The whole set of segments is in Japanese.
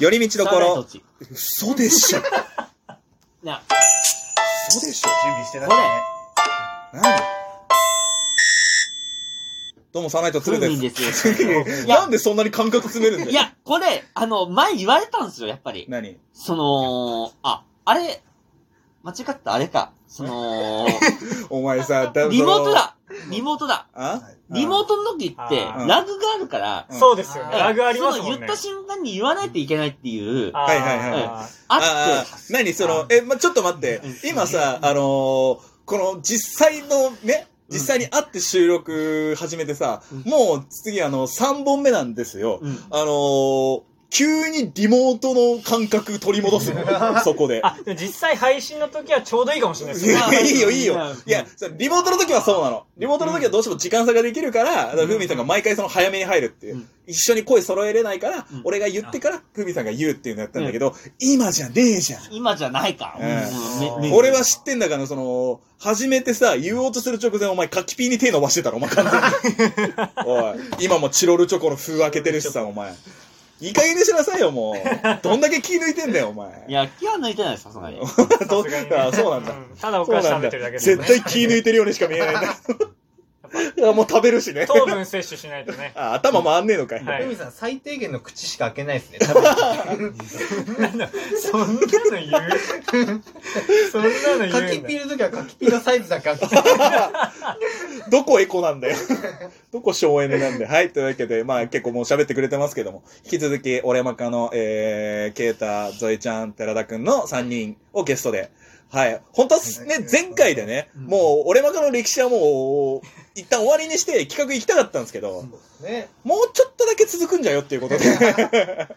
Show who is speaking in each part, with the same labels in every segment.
Speaker 1: 寄り道どこ
Speaker 2: 沢内
Speaker 1: ろ
Speaker 2: と。ち。
Speaker 1: 嘘でしょ。
Speaker 2: な、
Speaker 1: 嘘でしょ。
Speaker 3: 準備してなかったね。
Speaker 1: 何どうも、サナイト
Speaker 2: ク
Speaker 1: 鶴
Speaker 2: ル
Speaker 1: で
Speaker 2: ミン
Speaker 1: す。
Speaker 2: ですよ。い
Speaker 1: な
Speaker 2: や
Speaker 1: ん、でそんなに感覚詰めるんだ
Speaker 2: い
Speaker 1: よ。
Speaker 2: や、これ、あの、前言われたんですよ、やっぱり。
Speaker 1: 何
Speaker 2: その、あ、あれ、間違った、あれか。そ の、
Speaker 1: お前さ、だ
Speaker 2: リモート。だリモートだ
Speaker 1: そのあ
Speaker 2: リモートの時って、
Speaker 4: あ
Speaker 1: ー
Speaker 2: ラグがあるから、
Speaker 1: うん
Speaker 4: そうですよね。
Speaker 2: うん
Speaker 4: ラグあります
Speaker 2: そ
Speaker 4: も
Speaker 2: の
Speaker 4: ん
Speaker 2: 言
Speaker 4: ね
Speaker 2: った。瞬間に言わないといけないっていう、あ
Speaker 4: あー
Speaker 1: はいはいはい
Speaker 2: っ
Speaker 1: あ、何その、え、ま、ちょっと待って。今さ、あのー、この実際のね、実際に会って収録始めてさ、
Speaker 2: うん
Speaker 1: もう次あの、3本目なんですよ
Speaker 2: て、。うん
Speaker 1: あのー、急にリモートの感覚取り戻すの。 そこで。
Speaker 4: あ、でも実際配信の時はちょうどいいかもしれないですね。
Speaker 2: うん
Speaker 1: いいよいいよ
Speaker 2: うん。
Speaker 1: いや、それリモートの時はそうなの。リモートの時はどうしても時間差ができるから、ふみさんが毎回その早めに入るっていう。
Speaker 2: うん
Speaker 1: 一緒に声揃えれないから、
Speaker 2: うん
Speaker 1: 俺が言ってからふみさんが言うっていうのやったんだけど、今じゃねえじゃん。
Speaker 2: 今じゃないか。
Speaker 1: うん
Speaker 2: うんめめ
Speaker 1: 俺は知ってんだから、その、初めてさ、言おうとする直前、お前、柿ピーに手伸ばしてたろ、 お前、完全におい、今もチロルチョコの封開けてるしさ、お前。いい加減にしなさいよ、もう。どんだけ気抜いてんだよ、お前。
Speaker 2: いや、気は抜いてないです、さすがに。
Speaker 1: ど
Speaker 4: さすがに ね
Speaker 1: あそうなんだ。
Speaker 4: んただお
Speaker 1: そう
Speaker 4: 菓子
Speaker 1: な
Speaker 4: 食
Speaker 1: ん
Speaker 4: べ
Speaker 1: だ。
Speaker 4: てるだけです
Speaker 1: 絶
Speaker 4: もんね
Speaker 1: 対気抜いてるようにしか見え ないんだ。 いやもう食べるしね。。
Speaker 4: 糖分摂取しないとね
Speaker 1: あ頭回んねえのかい。
Speaker 4: は
Speaker 5: ふみ
Speaker 4: い。
Speaker 5: さん、最低限の口しか開けないですね。多分
Speaker 4: そんなの言うそんなの言うんだ。
Speaker 5: 柿ピーの時は柿ピーのサイズだけ開けて。
Speaker 1: どこエコなんだよ。どこ省エネなんで。はい。というわけで、まあ結構もう喋ってくれてますけども、引き続き、俺まかの、えー、ケータ、ゾイちゃん、寺田くんの3人をゲストで。はい。本当はすね、前回でね、
Speaker 2: うん
Speaker 1: もう、俺まかの歴史はもう、一旦終わりにして企画行きたかったんですけど、
Speaker 5: ね。
Speaker 1: もうちょっとだけ続くんじゃよっていうことで。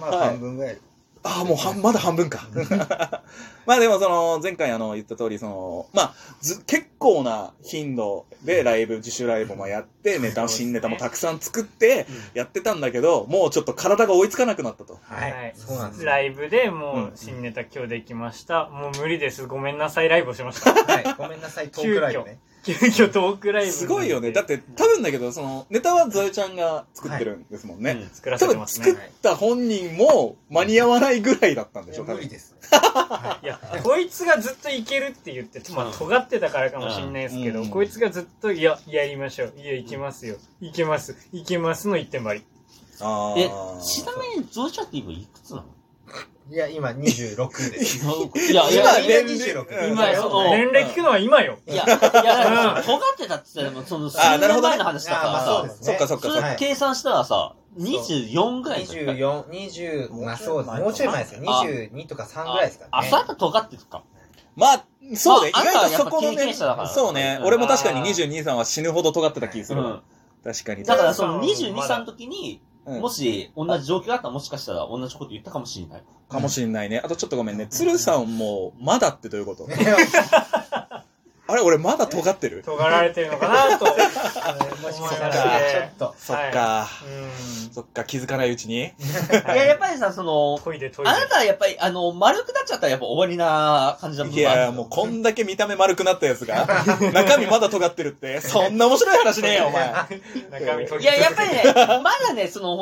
Speaker 5: まあ、半分ぐらい。
Speaker 1: ああ、もう半、まだ半分か。 まあでもその、前回あの、言った通り、その、まあ、ず、結構な頻度でライブ、自主ライブもやって、ネタ、新ネタもたくさん作って、やってたんだけど、もうちょっと体が追いつかなくなったと。
Speaker 4: はい。
Speaker 5: そうなんですよ。
Speaker 4: ライブでもう新ネタ今日できました。もう無理です。ごめんなさい。ライブをしました。
Speaker 5: はい。ごめんなさい、トークライブね。
Speaker 4: 急遽トークライブ。、
Speaker 1: すごいよね。だってて、多分だけど、その、ネタはゾエちゃんが作ってるんですもんね。
Speaker 2: うん
Speaker 4: 作ら
Speaker 1: 多
Speaker 4: せて
Speaker 1: 分
Speaker 4: ます
Speaker 1: 作っ
Speaker 4: ね。
Speaker 1: た本人も間に合わないぐらいだったんでしょ、多
Speaker 5: 無理
Speaker 1: 分。
Speaker 5: です。
Speaker 4: いや、こいつがずっといけるって言って、まあ、尖ってたからかもしれないですけど、
Speaker 1: うん
Speaker 4: こいつがずっと、いや、やりましょう。いや、いけますよ。いけます。いけますの一点張り。
Speaker 1: あ
Speaker 2: え
Speaker 1: あ、。
Speaker 2: ちなみに、ゾウちゃんって今いくつなの
Speaker 5: いや、今26です。
Speaker 2: いや、い
Speaker 1: 今
Speaker 2: や、い
Speaker 1: ね
Speaker 5: 今26。
Speaker 2: 今よ
Speaker 5: そうね
Speaker 4: 年齢聞くのは今よ。
Speaker 2: や、いや、尖ってたって言ったら、その、数
Speaker 1: あーなるほどね
Speaker 2: 年前の話だか
Speaker 5: あ
Speaker 2: ら
Speaker 5: まあそうで
Speaker 2: さ、
Speaker 5: す
Speaker 1: そ
Speaker 5: ね
Speaker 1: っ。かそっ
Speaker 2: そ
Speaker 1: かそっか。
Speaker 2: れ計算したらさ、24ぐらいの時から
Speaker 5: 24、20、まあそうです。もうちょい前ですよ。
Speaker 2: あ
Speaker 5: 22とか3ぐらいですかね。
Speaker 2: あ、そうやったら尖ってるか。
Speaker 1: まあ、そうね、
Speaker 2: まあ
Speaker 1: 意外
Speaker 2: あ
Speaker 1: と
Speaker 2: んたは
Speaker 1: そこの
Speaker 2: やっぱ
Speaker 1: ね
Speaker 2: 経験者だから、
Speaker 1: そうね、
Speaker 2: うん
Speaker 1: 俺も確かに22さんは死ぬほど尖ってた気す
Speaker 2: う
Speaker 1: る
Speaker 2: ん
Speaker 1: わ。。確かに。
Speaker 2: だから、そ
Speaker 4: うん
Speaker 2: の22、3の時に、
Speaker 1: うん
Speaker 2: もし、同じ状況だったらもしかしたら同じこと言ったかもしれない。
Speaker 1: かもしんないね。あとちょっとごめんね、鶴さんも、まだってどういう こと
Speaker 5: いや
Speaker 1: あれ、俺まだ尖ってる
Speaker 4: 尖られてるのかなと。
Speaker 5: あのもしかした
Speaker 1: そっ
Speaker 4: か
Speaker 5: ら ちょっと。
Speaker 1: そっか。
Speaker 4: う
Speaker 1: そっか、気づかないうちに。
Speaker 2: いや、やっぱりさ、その
Speaker 4: ん。、トイレ、トイレ
Speaker 2: あ。なたはやっぱり、あの、丸くなっちゃったらやっぱ終わりな感じだもん
Speaker 1: いや、もうこんだけ見た目丸くなったやつ が、中身まだ尖ってるって、そんな面白い話ねえよ、お 前。
Speaker 4: 中身トイレ。
Speaker 2: いや、やっぱりね、まだね、その、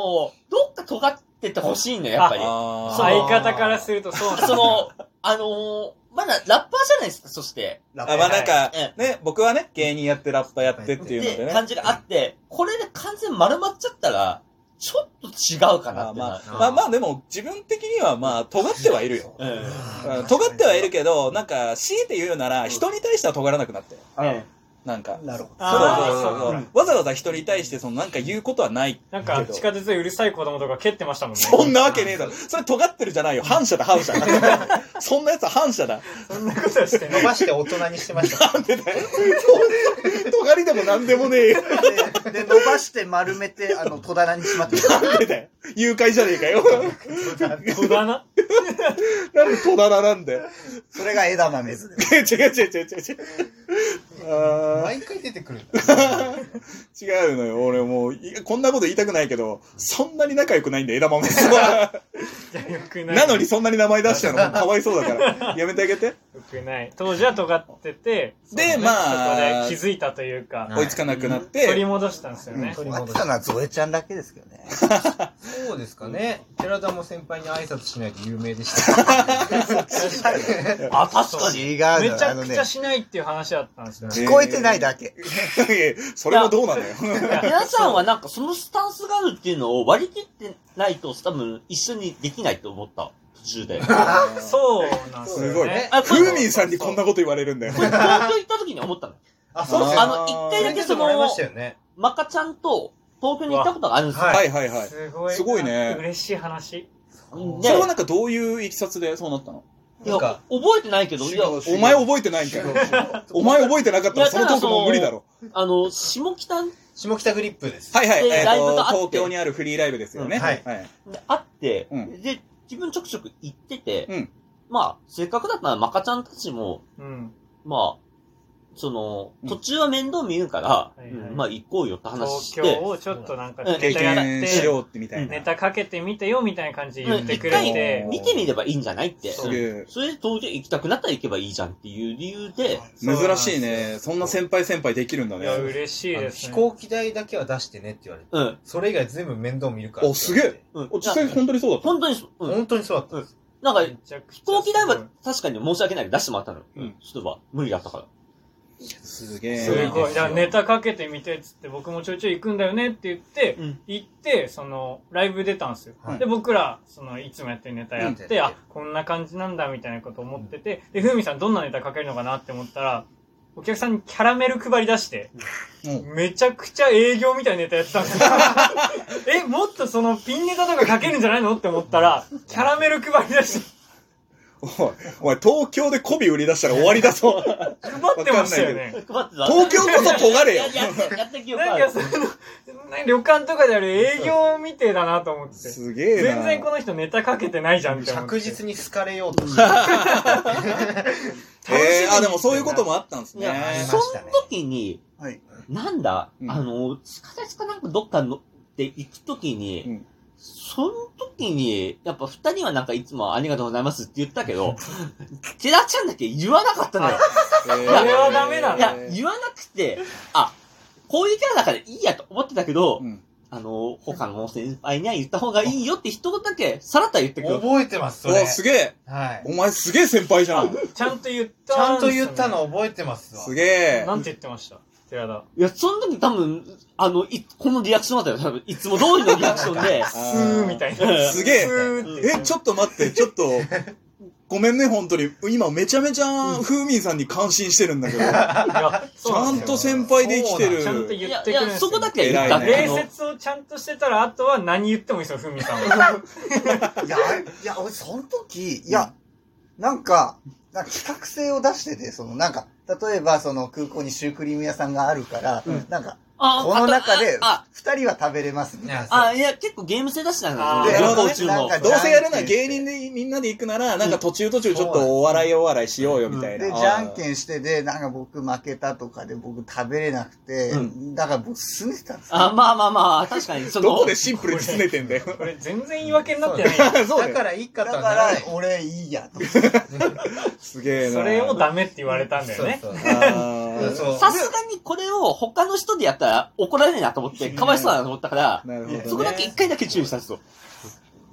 Speaker 2: どっか尖っててほしいんだよ、やっぱり。
Speaker 1: あー
Speaker 4: 相方からするとそうなんだ
Speaker 2: その、あのーまだラッパーじゃないですか、そして。
Speaker 5: ラ
Speaker 1: あ、まあなんか
Speaker 2: え、
Speaker 1: ね、僕はね、芸人やってラッパーやってっていうので
Speaker 2: で、
Speaker 1: ね。
Speaker 2: 感じがあって、これで完全丸まっちゃったら、ちょっと違うかな
Speaker 1: まあ
Speaker 2: って
Speaker 1: まあ、
Speaker 2: な
Speaker 1: まあまあでも、自分的にはまあ、尖ってはいるよ。
Speaker 2: うん。
Speaker 1: うん尖ってはいるけど、なんか、強いて言うなら、人に対しては尖らなくなったよ。
Speaker 2: うん。
Speaker 1: なんか。
Speaker 5: なるほ
Speaker 1: そう
Speaker 4: あ
Speaker 1: そ
Speaker 4: ー
Speaker 1: うそうそう
Speaker 4: そう
Speaker 1: うんわざわざ人に対して、その、なんか言うことはない。
Speaker 4: なんか、地下鉄でうるさい子供とか蹴ってましたもんね。
Speaker 1: そんなわけねえだろ。それ尖ってるじゃないよ。反射だ、反射。そんなやつは反射だ。
Speaker 4: そんなことはして
Speaker 5: ど。
Speaker 4: な
Speaker 5: 伸
Speaker 4: い。
Speaker 5: ばして大人にしてまし
Speaker 1: なんでだよ。 尖りでもなんでもねえよ。
Speaker 5: た。で、伸ばして丸めて、あの、戸棚にしまって
Speaker 1: なんでだよ。誘拐じゃねえかよ。
Speaker 4: 戸棚
Speaker 1: なんで戸棚なんだよ。
Speaker 5: それが枝豆です。
Speaker 1: 違う 違う違う違う違う。あー
Speaker 5: 毎回出てくる。
Speaker 1: 違うのよ。俺もう、いこんなこと言いたくないけど、そんなに仲良くないんだよ、枝豆。
Speaker 4: じゃよくない。
Speaker 1: なのにそんなに名前出しちゃうのもかわいそうだから。やめてあげて。
Speaker 4: くない。当時は尖ってて、
Speaker 1: で
Speaker 4: そうね
Speaker 1: まあ
Speaker 4: そこで気づいたというか、
Speaker 1: 追いつかなくなっ
Speaker 4: 取り
Speaker 1: て、
Speaker 4: 戻したんですよね。
Speaker 3: 取り
Speaker 5: あっ
Speaker 3: 戻
Speaker 5: た
Speaker 3: す
Speaker 5: のはゾエちゃんだけですけどね。
Speaker 3: そうですかね。寺田も先輩に挨拶しないと有名で した。
Speaker 4: 確かに
Speaker 2: あ、確
Speaker 4: か
Speaker 5: 違うの
Speaker 4: めち
Speaker 5: あ
Speaker 4: ゃ
Speaker 5: の
Speaker 4: く
Speaker 5: ね
Speaker 4: ちゃ、しないっていう話だったんですよね。
Speaker 5: 聞こえてないだけ。
Speaker 1: いやいやそれもどうなのよ。
Speaker 2: 皆さんはなんかそのスタンスがあるっていうのを割り切ってないと多分一緒にできないと思った。途中 で。
Speaker 4: そうなんです
Speaker 1: す
Speaker 4: よ
Speaker 1: ごい
Speaker 4: ね。。
Speaker 2: あ
Speaker 1: ふーみんさんにこんなこと言われるんだよ。
Speaker 2: これ東京行った時に思ったの。
Speaker 3: あ、
Speaker 1: そうですよ
Speaker 2: あの、一回だけその、
Speaker 3: よね。
Speaker 2: マカちゃんと東京に行ったことがあるんですよ。
Speaker 3: は
Speaker 1: はいはいはい。
Speaker 4: すごい。
Speaker 1: すごいね
Speaker 4: 嬉しい話。
Speaker 2: で
Speaker 1: それはなんかどういういきさつでそうなったの
Speaker 2: い
Speaker 3: な
Speaker 2: や、
Speaker 3: んか
Speaker 2: 覚えてないけど、いや、
Speaker 1: お前覚えてないんかよ。お前覚えてなかったらそのトークもう無理だろ。
Speaker 2: あの、下北に
Speaker 3: 下北グリップです。
Speaker 1: はいはい。
Speaker 2: で
Speaker 1: えっ
Speaker 2: ライブが
Speaker 1: と、
Speaker 2: あって
Speaker 1: 東京にあるフリーライブですよね。
Speaker 3: うんはい
Speaker 1: はい。
Speaker 2: 会って、
Speaker 1: うん
Speaker 2: で、自分ちょくちょく行ってて、
Speaker 1: うん
Speaker 2: まあ、せっかくだったらマカちゃんたちも、
Speaker 4: うん。
Speaker 2: まあ、その
Speaker 1: う、ん
Speaker 2: 途中は面倒見るから、
Speaker 4: はいはい
Speaker 2: うんまあ行こうよって話
Speaker 4: 東
Speaker 2: し
Speaker 4: 京
Speaker 2: て、
Speaker 4: をちょっとなんか
Speaker 2: うん
Speaker 1: 経
Speaker 4: ネタやっ、
Speaker 1: 験してようってみたいな
Speaker 4: ネ。タかけてみてよみたいな感じで言ってく
Speaker 2: うん
Speaker 4: れ
Speaker 2: 一
Speaker 1: 回
Speaker 4: て、
Speaker 2: 見てみればいいんじゃないって。
Speaker 1: すげえ。
Speaker 2: それで東京行きたくなったら行けばいいじゃんっていう理由で、
Speaker 1: 珍しいね。そんな先輩先輩できるんだ
Speaker 4: いや、
Speaker 1: ね。
Speaker 4: 嬉しい
Speaker 3: あの
Speaker 4: です
Speaker 3: 飛
Speaker 4: ね。
Speaker 3: 行機代だけは出してねって言われて。
Speaker 2: うん、
Speaker 3: それ以外全部面倒見るから。
Speaker 1: おすげえ。
Speaker 2: うん。
Speaker 1: 実際
Speaker 2: な
Speaker 1: 本当にそうだった。
Speaker 2: 本当にそう、うん。
Speaker 3: 本当にそうだったんです。
Speaker 2: なんか、
Speaker 4: めちゃくちゃ
Speaker 2: 飛行機代は確かに申し訳ないけど出してもらったの。
Speaker 1: う
Speaker 2: うんん。ちょっとは無理だったから。
Speaker 1: すげえ。
Speaker 4: すごい。
Speaker 3: す
Speaker 4: す
Speaker 3: ご
Speaker 4: ご
Speaker 3: い
Speaker 4: い。だからネタかけてみてっつって、僕もちょいちょい行くんだよねって言って、
Speaker 2: うん
Speaker 4: 行って、その、ライブ出たんですよ。
Speaker 3: はい
Speaker 4: で、僕ら、その、いつもやってるネタやって、
Speaker 3: うん
Speaker 4: あ、こんな感じなんだみたいなこと思ってて、で、ふうみさんどんなネタかけるのかなって思ったら、お客さんにキャラメル配り出して、
Speaker 1: うん
Speaker 4: めちゃくちゃ営業みたいなネタやってたんですよ。え、もっとその、ピンネタとかかけるんじゃないのって思ったら、キャラメル配り出して、
Speaker 1: おい、おい、東京で媚び売り出したら終わりだ ぞ。
Speaker 4: 配ってましたよね。
Speaker 2: 配ってた
Speaker 1: 東 京こそ尖れよ
Speaker 2: ややややった記憶
Speaker 4: な
Speaker 2: あ
Speaker 4: ん
Speaker 2: る
Speaker 4: か。その、なんか旅館とかである営業みてえだなと思って。
Speaker 1: すげえな。
Speaker 4: 全然この人ネタかけてないじゃんって思って
Speaker 3: 着実に好かれようとして。
Speaker 1: えー、あ、でもそういうこともあったんです
Speaker 2: い
Speaker 1: ね。
Speaker 2: や
Speaker 3: りました
Speaker 2: そ
Speaker 3: ね
Speaker 2: の時に、
Speaker 5: はい。
Speaker 2: なんだ、
Speaker 1: うん
Speaker 2: あの、地下鉄かなんかどっか乗って行くときに、
Speaker 1: うん
Speaker 2: その時に、やっぱ二人はなんかいつもありがとうございますって言ったけど、 テラちゃんだけ言わなかったのよ。
Speaker 1: それ
Speaker 4: それはダメだ
Speaker 2: い
Speaker 4: な
Speaker 2: や、言わなくて、あ、こういうキャラだからいいやと思ってたけど、
Speaker 1: うん
Speaker 2: あの、他の先輩には言った方がいいよって一言だけ、さらっとは言ってくる。
Speaker 3: 覚えてます、そ
Speaker 1: お
Speaker 3: れ。
Speaker 1: すげえ。
Speaker 3: はい。
Speaker 1: お前すげえ先輩じゃん。
Speaker 4: ちゃんと言った
Speaker 3: ちゃんと
Speaker 4: ですね
Speaker 3: 言ったの覚えてますわ。
Speaker 1: すげえ
Speaker 4: な。んて言ってました寺田
Speaker 2: いや、その時多分、あの、い、このリアクションだったよ。多分、いつも通りのリアクションで。
Speaker 1: あ
Speaker 4: スーみたいな
Speaker 1: すげえ
Speaker 4: スーって言っ
Speaker 1: え、
Speaker 4: て
Speaker 1: ちょっと待って、ちょっと、ごめんね、本当に。今めちゃめちゃ、風味さんに感心してるんだけど、ちゃ
Speaker 4: いやそうなん
Speaker 1: ん
Speaker 4: ですよ
Speaker 1: と先輩で生きて
Speaker 3: そう
Speaker 1: る
Speaker 4: ちゃんと。
Speaker 2: い
Speaker 4: 言っ
Speaker 2: や、
Speaker 4: て
Speaker 2: い
Speaker 4: くるん
Speaker 2: や、
Speaker 4: です
Speaker 2: そ
Speaker 4: よ
Speaker 2: こだけは言っ
Speaker 1: 偉
Speaker 2: た。
Speaker 1: いね
Speaker 4: 礼
Speaker 2: あの
Speaker 4: 節をちゃんとしてたらあとは何言ってもいいですよふみさんは
Speaker 5: いや、あれいや、俺、その時、いや、なんか、なんか企画性を出してて、その、なんか、例えば、その、空港にシュークリーム屋さんがあるから、なんか、
Speaker 2: あ
Speaker 5: この中で
Speaker 2: あ、、
Speaker 5: 二人は食べれますね。
Speaker 3: あ
Speaker 2: あ、あいや、結構ゲーム性出してたんだ
Speaker 4: あ
Speaker 2: ね。
Speaker 4: ー
Speaker 2: 旅行中
Speaker 5: なん
Speaker 2: も
Speaker 5: か。
Speaker 1: どうせやるなら芸人でみんなで行くなら、なんか途中途中ちょっとお笑いお笑いしようよみたいな。
Speaker 5: で、じゃんけんして、で、なんか僕負けたとかで、僕食べれなくて、だから僕、すねてたんですよ。
Speaker 2: あ、まあまあまあ、確かに、その、
Speaker 1: どこでシンプルに拗ねてんだよ。
Speaker 4: これ全然言 い訳になってない
Speaker 1: そうだ
Speaker 3: だ
Speaker 1: よ。
Speaker 3: からいいか
Speaker 5: だ
Speaker 3: と
Speaker 5: か
Speaker 3: はなら
Speaker 5: ら
Speaker 3: ない、。
Speaker 5: 俺、いいや、と。
Speaker 1: すげえな。
Speaker 4: それをダメって言われたんだよね
Speaker 3: そうそう
Speaker 1: あー
Speaker 3: そう
Speaker 2: さすがにこれを他の人でやったら怒られないなと思って、かわいそうだなと思ったから、
Speaker 1: なるほど、ね。
Speaker 2: そこだけ一回だけ注意したんですよ。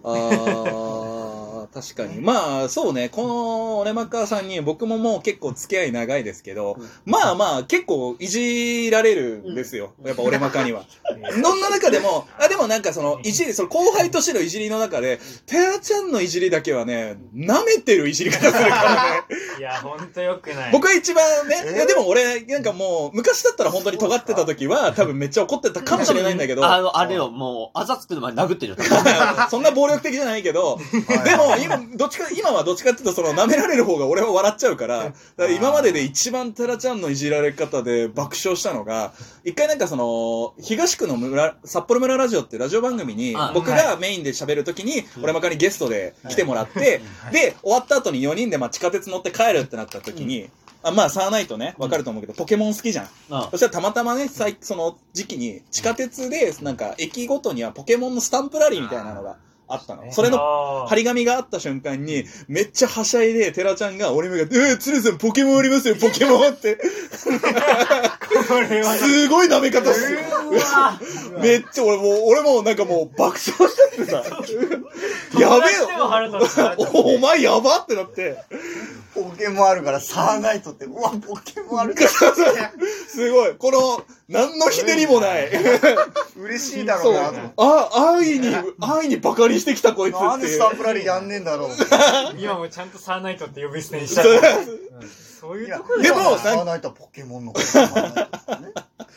Speaker 1: ああ、確かに。まあ、そうね。この、俺マッカーさんに僕ももう結構付き合い長いですけど、まあまあ、結構いじられるんですよ。やっぱ俺マカ には。そんな中でも、あ、でもなんかその、いじり、その後輩としてのいじりの中で、てらちゃんのいじりだけはね、舐めてるいじり方する からね。
Speaker 4: いやほんとよくない
Speaker 1: 僕は一番ね、
Speaker 5: えー
Speaker 1: いやでも俺、なんかもう、昔だったら本当に尖ってた時は、多分めっちゃ怒ってたかもしれないんだけど、
Speaker 2: あの、あれよ、もう、あざつくの前に殴ってるよ。
Speaker 1: そんな暴力的じゃないけど、でも今、どっちか、今はどっちかっていうと、その、舐められる方が俺は笑っちゃうから、だから今までで一番テラちゃんのいじられ方で爆笑したのが、一回なんかその、東区の村、札幌村ラジオっていうラジオ番組に
Speaker 2: あ、
Speaker 1: 僕がメインで喋るときに、俺まかにゲストで来てもらって、で、終わった後に4人でまあ地下鉄乗って帰るってなった時に、あまあ、サーナイトね、わかると思うけど、ポケモン好きじゃん。
Speaker 2: うん
Speaker 1: そしたらたまたまね、最その時期に、地下鉄で、なんか、駅ごとにはポケモンのスタンプラリーみたいなのがあったの。それの、
Speaker 4: の
Speaker 1: 張り紙があった瞬間に、めっちゃはしゃいで、テラちゃんが、俺目が、えー、つるさんポケモンありますよ、ポケモンっ て。
Speaker 4: これは
Speaker 1: すごい舐め方する。 めっちゃ、俺もう、俺もなんかもう爆笑しちゃ ってさ。やべ
Speaker 4: 友達でも腹立つ
Speaker 1: えおお前やばってなって。
Speaker 5: ポケモンあるから、サーナイトって、うわ、ポケモンあるか
Speaker 1: すごい。この、何のひねりも ない。
Speaker 5: ら、嬉しいだろ
Speaker 1: そうう
Speaker 5: なと思っ。
Speaker 1: あ、安易に、安易にバカにしてきたこい
Speaker 5: て。
Speaker 1: つ
Speaker 5: な
Speaker 1: っ
Speaker 5: ん
Speaker 1: て
Speaker 5: で
Speaker 1: い
Speaker 5: ス
Speaker 1: う。
Speaker 5: タンプラリーやんねえんだろう。
Speaker 4: 今もちゃんとサーナイトって呼び捨てにしたからそういうとこだ
Speaker 1: で
Speaker 4: よ
Speaker 1: も
Speaker 5: いやサーナイトはポケモンのことなんだね。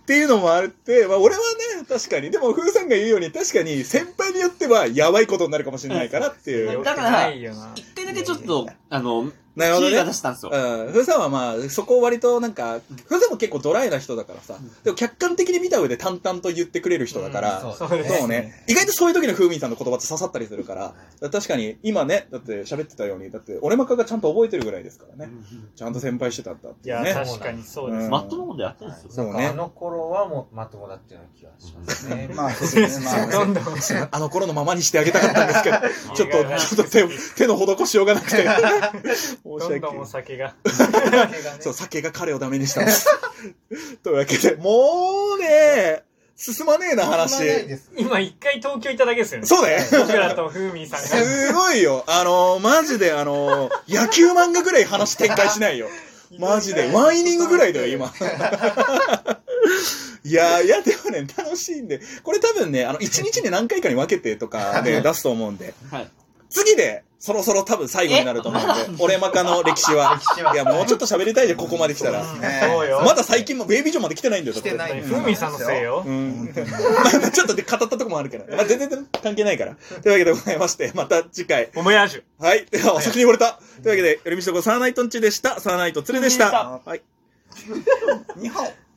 Speaker 1: っていうのもあるって、まあ俺はね、確かに、でも、ふうさんが言うように、確かに先輩によっては、やばいことになるかもしれないからっていう。
Speaker 2: だから
Speaker 4: よくないよな
Speaker 2: 一回だけちょっと、あの、
Speaker 1: なるほど
Speaker 2: キーが
Speaker 1: ね
Speaker 2: 出。したんですよ。
Speaker 1: うん、ふうさんはまあ、そこを割となんか、ふうさんも結構ドライな人だからさ、でも客観的に見た上で淡々と言ってくれる人だから、
Speaker 3: うん
Speaker 4: そうです
Speaker 1: そうね。意外とそういう時の風味さんの言葉って刺さったりするから、だから確かに今ね、だって喋ってたように、だって俺マカがちゃんと覚えてるぐらいですからね。ちゃんと先輩してたんだっ
Speaker 4: い
Speaker 1: ていう
Speaker 4: や、
Speaker 1: ね。
Speaker 4: 確かにそうです、
Speaker 1: うん
Speaker 2: マットのことやってるんですよ。
Speaker 1: そうね
Speaker 3: なんかあの頃はもうまともだったような気がしますね。
Speaker 5: まあ、そうですね。まあ
Speaker 4: どんどん
Speaker 1: あの頃のままにしてあげたかったんですけど、ちょっと、ちょっと手を手の施しようがなくて。申し訳
Speaker 4: どん
Speaker 1: な
Speaker 4: ど
Speaker 1: い
Speaker 4: んお。酒が
Speaker 1: そう、酒が彼をダメにしたんです。 というわけで、もうね、進まねえな、
Speaker 5: そんなない
Speaker 1: 話。
Speaker 5: です
Speaker 4: 今一回東京行っただけですよね
Speaker 1: そうね。
Speaker 4: 僕らとフーミンさんが
Speaker 1: すごいよ。あのー、マジで、あのー、野球漫画ぐらい話展開しないよ。マジで、ワイニングぐらいだよ、今。 いやーいや、でもね、楽しいんで。これ多分ね、あの、1日で何回かに分けてとかで出すと思うんで。
Speaker 2: はい。
Speaker 1: 次で、そろそろ多分最後になると思うんで、俺マカの歴史は。
Speaker 3: 歴史はい
Speaker 1: や、もうちょっと喋りたいで、ここまで来たら。
Speaker 5: す
Speaker 4: うん
Speaker 5: ね
Speaker 4: そうよ
Speaker 1: まだ最近もベイビージョンまで来てないんだよ、だっ
Speaker 3: 来てない
Speaker 4: フーミンさんのせいよ
Speaker 1: うん。 まあちょっとで語ったとこもあるから。まあ、全然関係ないから。というわけでございまして、また次回。
Speaker 4: おもやじゅ
Speaker 1: はい。では、お先に惚れた。というわけで、よりみしとこサーナイトンチでした。サーナイトツレでした。
Speaker 5: ニハオ